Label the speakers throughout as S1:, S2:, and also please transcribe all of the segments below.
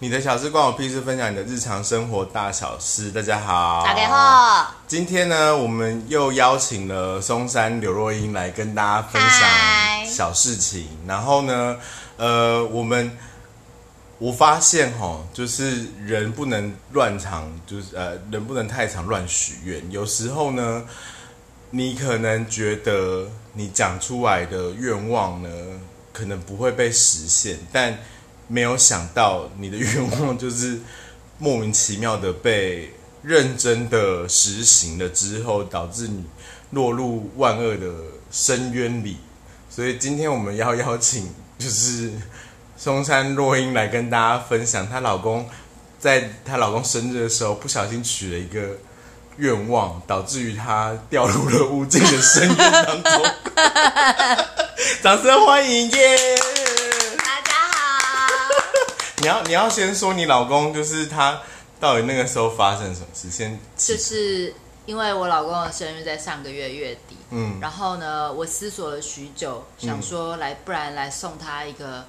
S1: 你的小事关我屁事，分享你的日常生活大小事。大家好，
S2: 打给后，
S1: 今天呢，我们又邀请了松山刘若英来跟大家分享
S2: 嗨
S1: 小事情。然后呢，呃，我们我发现哈，就是人不能乱常，就是呃，人不能太常乱许愿。有时候呢，你可能觉得你讲出来的愿望呢，可能不会被实现，但没有想到你的 愿望就是莫名其妙的被认真的实行了之后，导致你落入万恶的深渊里。所以今天我们要邀请就是松山若英来跟大家分享她老公在她老公生日的时候不小心许了一个愿望，导致于她掉入了无尽的深渊当中。掌声欢迎耶
S2: 大家好。
S1: 你要你要先说你老公就是他到底那个时候发生什么事，先起
S2: 就是因为我老公的生日在上个月月底，
S1: 嗯
S2: 然后呢，我思索了许久，想说来，不然来送他一个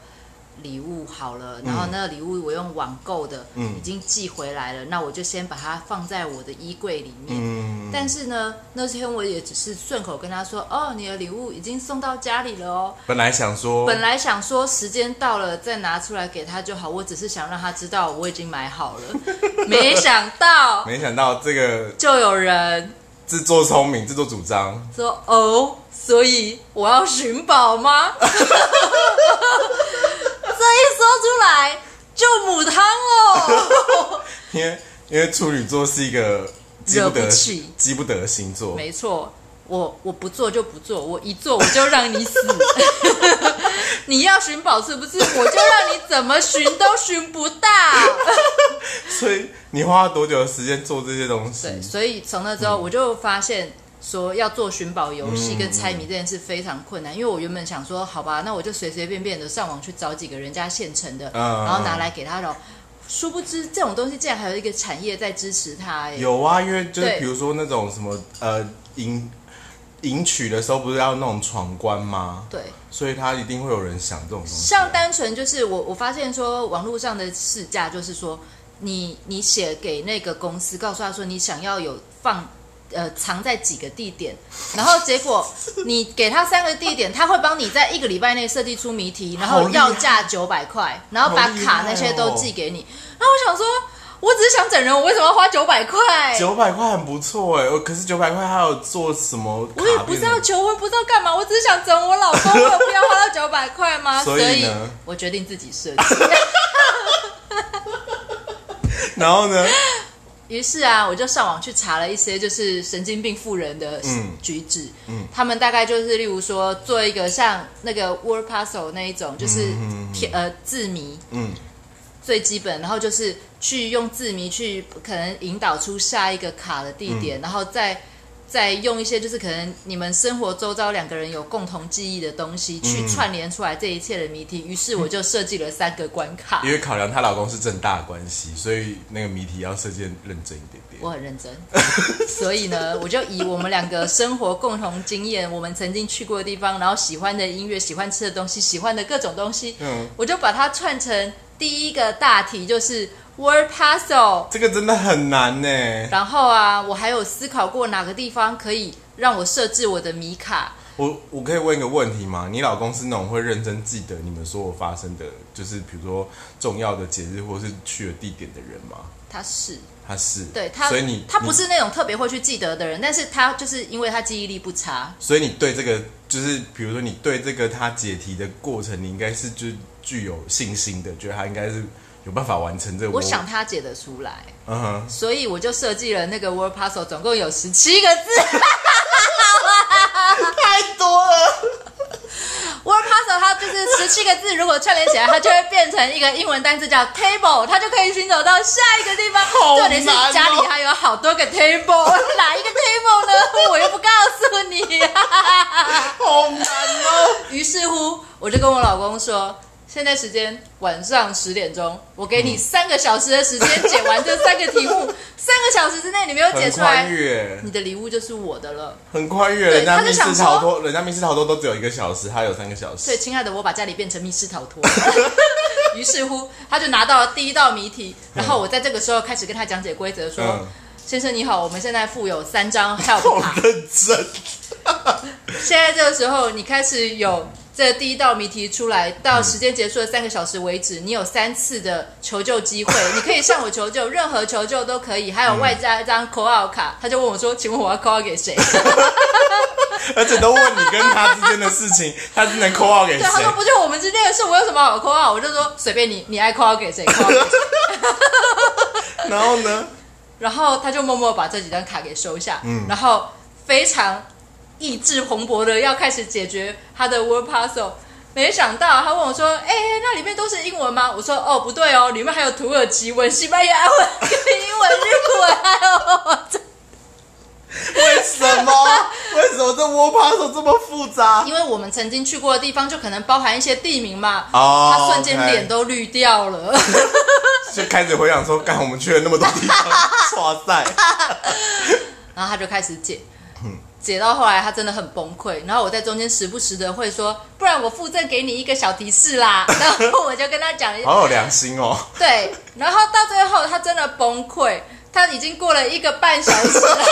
S2: 礼物好了。然后那个礼物我用网购的，
S1: 嗯
S2: 已经寄回来了，那我就先把它放在我的衣柜里面。
S1: 嗯
S2: 但是呢，那天我也只是顺口跟他说：“哦，你的礼物已经送到家里了哦。”
S1: 本来想说
S2: 本来想说时间到了再拿出来给他就好，我只是想让他知道我已经买好了， 没想到
S1: 没想到这个
S2: 就有人
S1: 自作聪明、自作主张，
S2: 说哦，所以我要寻宝吗？ 这一说出来就母汤哦，
S1: 因为因为处女座是一个激不
S2: 惹
S1: 得
S2: 不起
S1: 激不得的星座，
S2: 没错，我我不做就不做，我一做我就让你死。你要寻宝是不是？我就让你怎么寻都寻不到。
S1: 所以你花了多久的时间做这些东西？
S2: 对，所以从那之后我就发现说要做寻宝游戏跟猜谜这件事非常困难，因为我原本想说，好吧，那我就随随便便的上网去找几个人家现成的，
S1: 嗯
S2: 然后拿来给他揉。殊不知这种东西竟然还有一个产业在支持他、哎，
S1: 有啊，因为就是
S2: 对
S1: 比如说那种什么呃迎迎娶的时候，不是要那种闯关吗？
S2: 对，
S1: 所以他一定会有人想这种东西啊、
S2: 像单纯就是我我发现说网络上的市价就是说，你你写给那个公司，告诉他说你想要有放。呃，藏在几个地点，然后结果你给他三个地点，他会帮你在一个礼拜内设计出谜题，然
S1: 好
S2: 后
S1: 厉害
S2: 要价九百块，然后把
S1: 好厉害
S2: 卡
S1: 哦
S2: 那些都寄给你。然后我想说，我只是想整人，我为什么要花九百块？
S1: 九百块很不错哎，呃可是九百块还有做什么卡
S2: 我也
S1: 片？
S2: 不知道求婚，不知道干嘛，我只是想整我老公，我有必要花到九百块吗？
S1: 所
S2: 所
S1: 以呢
S2: 以我决定自己设计。
S1: 然后呢，
S2: 于是啊，我就上网去查了一些就是神经病富人的
S1: 嗯
S2: 举止，他们大概就是例如说做一个像那个 word puzzle 那一种，就是
S1: 嗯嗯嗯
S2: 贴呃字谜
S1: 嗯，
S2: 最基本，然后就是去用字谜去可能引导出下一个卡的地
S1: 嗯
S2: 点，然后再再用一些就是可能你们生活周遭两个人有共同记忆的东西去串联出来这一切的谜题。于是我就设计了三个关卡
S1: 因，为考量她老公是正大的关系，所以那个谜题要设计得认真一点点。
S2: 我很认真， 所以呢，我就以我们两个生活共同经验，我们曾经去过的地方，然后喜欢的音乐、喜欢吃的东西、喜欢的各种东西，
S1: 嗯
S2: 我就把它串成第一个大题，就是 word puzzle。
S1: 这个真的很难呢。
S2: 然后啊，我还有思考过哪个地方可以让我设置我的米卡。
S1: 我我可以问一个问题吗？你老公是那种会认真记得你们所有发生的，就是比如说重要的节日或是去的地点的人吗？
S2: 他是
S1: 他是，
S2: 对他，
S1: 所以你
S2: 他不
S1: 你
S2: 是那种特别会去记得的人，但是他就是因为他记忆力不差，
S1: 所以你对这个就是比如说你对这个他解题的过程，你应该是就具有信心的，觉得他应该是有办法完成这个
S2: 我想，他解得出来。
S1: 嗯哼，
S2: 所以我就设计了那个 word puzzle，总共有十七个字。
S1: 太多了，
S2: word puzzle 它就是十七个字，如果串联起来，它就会变成一个英文单字叫 table，它就可以寻找到下一个地方。
S1: 好
S2: 重点是
S1: 难哦
S2: 家里还有好多个 table，哪一 个 table 呢？我又不告诉你、啊
S1: 好难哦。
S2: 于是乎，我就跟我老公说。现在时间晚上十点钟，我给你三个小时的时间解完这三个题目，三个小时之内你没有解
S1: 很
S2: 出来
S1: 宽，裕，
S2: 你的礼物就是我的了。
S1: 很宽裕。
S2: 对
S1: 人家
S2: 他就
S1: 密室
S2: 想
S1: 逃脱，人家密室逃脱都只有一个小时，他有三个小
S2: 所以，
S1: 时。
S2: 亲爱的，我把家里变成密室逃脱，于是乎，他就拿到了第一道谜题，然后我在这个时候开始跟他讲解规则，说：“
S1: 嗯
S2: 先生你好，我们现在附有三张 help 卡
S1: 好，认真，
S2: 现在这个时候，你开始有这第一道谜题出来，到时间结束的三个小时为止，你有三次的求救机会，你可以向我求救，任何求救都可以。还有外加一张 call out 卡，他就问我说：“请问我要 call out 给谁
S1: 而且都问你跟他之间的事 情，他是能扣号？”给
S2: 对，他
S1: 谁
S2: 说：“？不就我们之间的事，我有什么好 call out？” 我就说：“随便你，你爱 call out 给谁 call out 给谁。
S1: 然后 呢？”
S2: 然后他就默默把这几张卡给收下，
S1: 嗯
S2: 然后非常意志蓬勃的要开始解决他的 word puzzle。没想到他问我说：“哎、那里面都是英文吗？”我说：“哦，不对哦，里面还有土耳其文、西班牙文、跟英文、日文，还有……
S1: 为什么？为什么这窝趴手这么复杂？
S2: 因为我们曾经去过的地方，就可能包含一些地名嘛。
S1: 哦
S2: 他瞬间脸都绿掉了。
S1: 就开始回想说，干我们去了那么多地方，哇 塞！
S2: 然后他就开始解，解到后来他真的很崩溃。然后我在中间时不时的会说，不然我附赠给你一个小提示啦。 然后我就跟他讲一下，
S1: 好有良心哦。
S2: 对。然后到最后他真的崩溃，他已经过了一个半小 时了，啊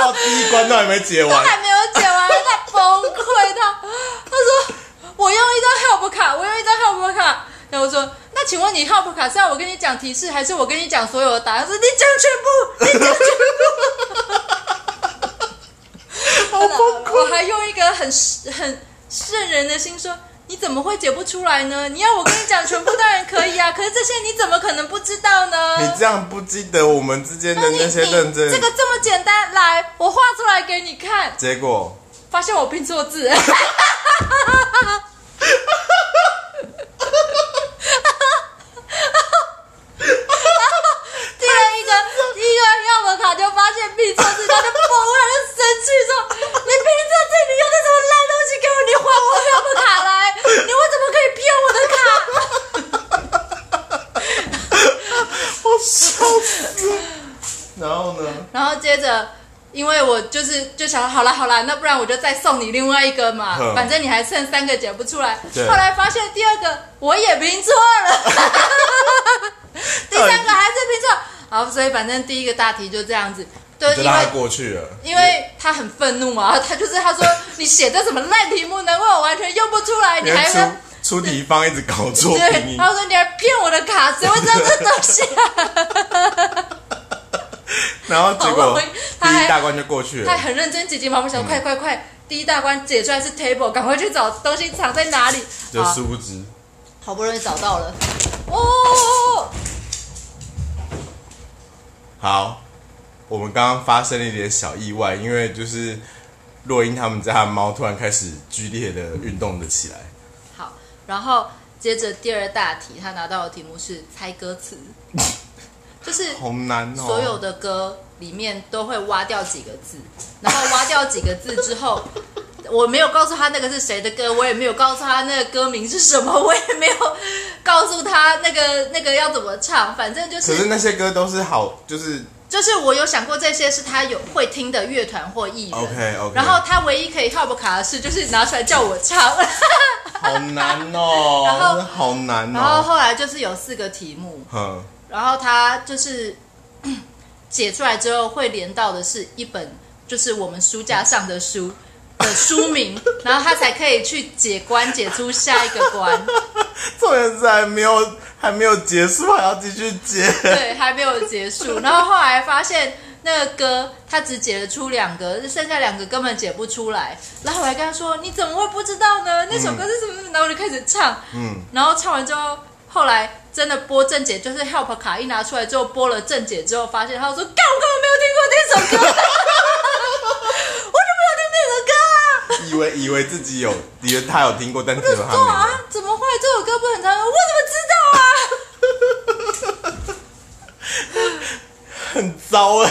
S1: 到第一关都还没解
S2: 他
S1: 完，
S2: 还没有解完，他崩溃到，他说我用一张 help 卡，我用一张 help 卡。然后我说，那请问你 help 卡是要我跟你讲提示，还是我跟你讲所有的答案？他说你讲全部，你讲全部。
S1: 好
S2: 真的我还用一个很很瘆人的心说。你怎么会解不出来呢？你要我跟你讲全部当然可以啊，可是这些你怎么可能不知道呢？
S1: 你这样不记得我们之间的
S2: 你
S1: 那些
S2: 你
S1: 认真，
S2: 这个这么简单，来，我画出来给你看，
S1: 结果
S2: 发现我拼错 字，递了一个第一个样本卡，就发现拼错字，他就崩溃，就生气说：“你拼错字，你用的什么烂东西给我？你还我样本卡来！你为什么可以骗我的卡？”
S1: 我笑死。 然后呢？
S2: 然后接着，因为我就是就想好了好了，那不然我就再送你另外一个嘛
S1: 嗯，
S2: 反正你还剩三个解不出来。
S1: 对
S2: 后来发现第二个我也拼错 了，第三个还是拼错。好，所以反正第一个大题就这样子，对，
S1: 就
S2: 因
S1: 让
S2: 为
S1: 他过去了。
S2: 因为他很愤怒嘛， 他就是他说你写这什么烂题目，难怪我完全用不出来，你
S1: 因为
S2: 还
S1: 出
S2: 能。
S1: 出题方一直搞 错拼
S2: 对，
S1: 音，
S2: 他说你还骗我的卡，谁会知道这东西啊？
S1: 然后结
S2: 好
S1: 果
S2: 我
S1: 第
S2: 他还
S1: 一大关就过去
S2: 他
S1: 了。
S2: 很认真急急忙忙
S1: 嗯
S2: 想，快快快！第一大关解出来是 table，赶快去找东西藏在哪里。啊
S1: 就
S2: 好，
S1: 殊不知，
S2: 好不容易找到了。哦，
S1: 好，我们刚刚发生了一点小意外，因为就是洛英他们家的猫突然开始剧烈的运动了起来。
S2: 好，然后接着第二大题，他拿到的题目是猜歌 词，就是
S1: 好难哦！
S2: 所有的歌里面都会挖掉几个字，然后挖掉几个字之后。我没有告诉他那个是谁的歌，我也没有告诉他那个歌名是什么，我也没有告诉他那个那个要怎么唱，反正就是
S1: 可是那些歌都是好，就是
S2: 就是我有想过这些是他有会听的乐团或艺人。
S1: OK，OK
S2: 然后他唯一可以 help 卡的事就是拿出来叫我唱，
S1: 好难哦，
S2: 然后
S1: 真的好难
S2: 然后
S1: 哦。
S2: 后来就是有四个题目，
S1: 哼，
S2: 然后他就是解出来之后会连到的是一本就是我们书架上的书的书名，然后他才可以去解关解出下一个关。
S1: 重点是还没有还没有结束，还要继续接。
S2: 对，还没有结束。然后后来发现那个歌他只解了出两个，剩下两个根本解不出来。然后我还跟他说：“你怎么会不知道呢？那首歌是什么什么？”然后我就开始唱，
S1: 嗯，
S2: 然后唱完之后，后来真的播正解，就是 Help 卡一拿出来之后播了正解之后，发现他说：“干，我根本没有听过这首歌，我就没有听这首歌啊。”
S1: 以为以为自己有，以为他有听过，但只有他
S2: 说
S1: 没有。
S2: 啊，怎么会这首歌不是很常用？我怎么知道啊？
S1: 很糟哎、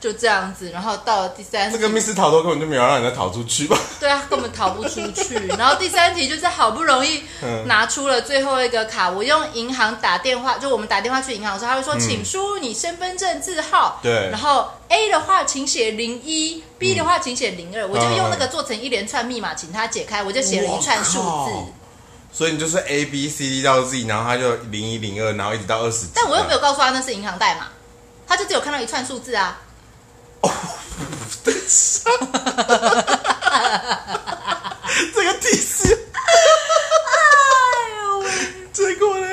S2: 就这样子，然后到了第三
S1: 这
S2: 次
S1: 个密室逃脱根本就没有让人家逃出去吧？
S2: 对啊，根本逃不出去。 然后第三题就是好不容易
S1: 嗯
S2: 拿出了最后一个卡，我用银行打电话，就我们打电话去银行的时候，他会说，请输入你身份证字号。
S1: 对嗯
S2: 然后 A 的话，请写零一；B 的话，请写零二。我就用那个做成一连串密码，请他解开。我就写了一串数
S1: 我
S2: 字
S1: 靠。所以你就是 A B C D 到 Z，然后他就零一零二，然后一直到二十。
S2: 但我又没有告诉他那是银行代码，他就只有看到一串数字啊。
S1: 这个提示，
S2: 哎呦！
S1: 结果呢？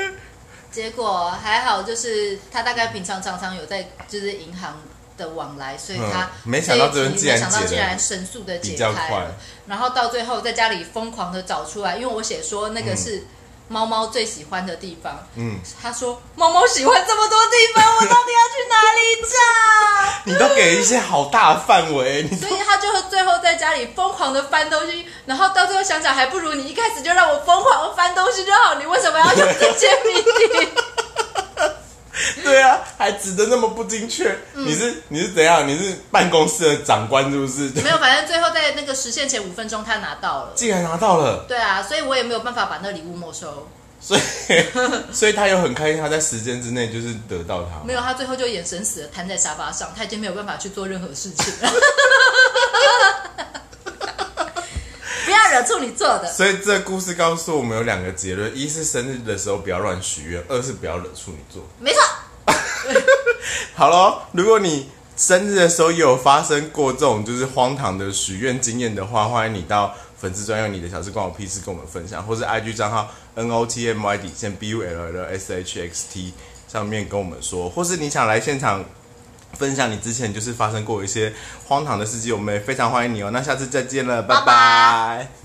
S2: 结果还好，就是他大概平常常常有在就是银行的往来，所以他
S1: 嗯没想到
S2: 这
S1: 这
S2: 一
S1: 边
S2: 题
S1: 竟然
S2: 没想到
S1: 解得
S2: 竟然神速的解
S1: 比较
S2: 开
S1: 快
S2: 了，然后到最后在家里疯狂的找出来，因为我写说那个是猫猫最喜欢的地方，
S1: 嗯，
S2: 他说猫猫喜欢这么多地方，我到底要去哪里找？
S1: 你都给一些好大的范围，你
S2: 所以他就会最后在家里疯狂的翻东西，然后到最后想想，还不如你一开始就让我疯狂地翻东西就好，你为什么要用这些谜底？
S1: 对啊，还指的那么不精确。
S2: 嗯
S1: 你是你是怎样？你是办公室的长官是不 是？
S2: 没有，反正最后在那个时限前五分钟他拿到了。
S1: 竟然拿到了，
S2: 对啊，所以我也没有办法把那礼物没收。
S1: 所以 所以他有很开心，他在时间之内就是得到它。
S2: 没有，他最后就眼神死了，瘫在沙发上，他已经没有办法去做任何事情了。 不要惹出你做的。
S1: 所以这故事告诉我们有两个结论：一是生日的时候不要乱许愿，二是不要惹处女座。
S2: 没错，
S1: 好咯，如果你生日的时候也有发生过这种就是荒唐的许愿经验的话，欢迎你到粉丝专用你的小事关我屁事跟我们分享，或是 IG 账号 N O T M Y 底线 B U L L S H X T 上面跟我们说，或是你想来现场。分享你之前就是发生过一些荒唐的事迹，我们也非常欢迎你哦。那下次再见了，拜
S2: 拜
S1: 拜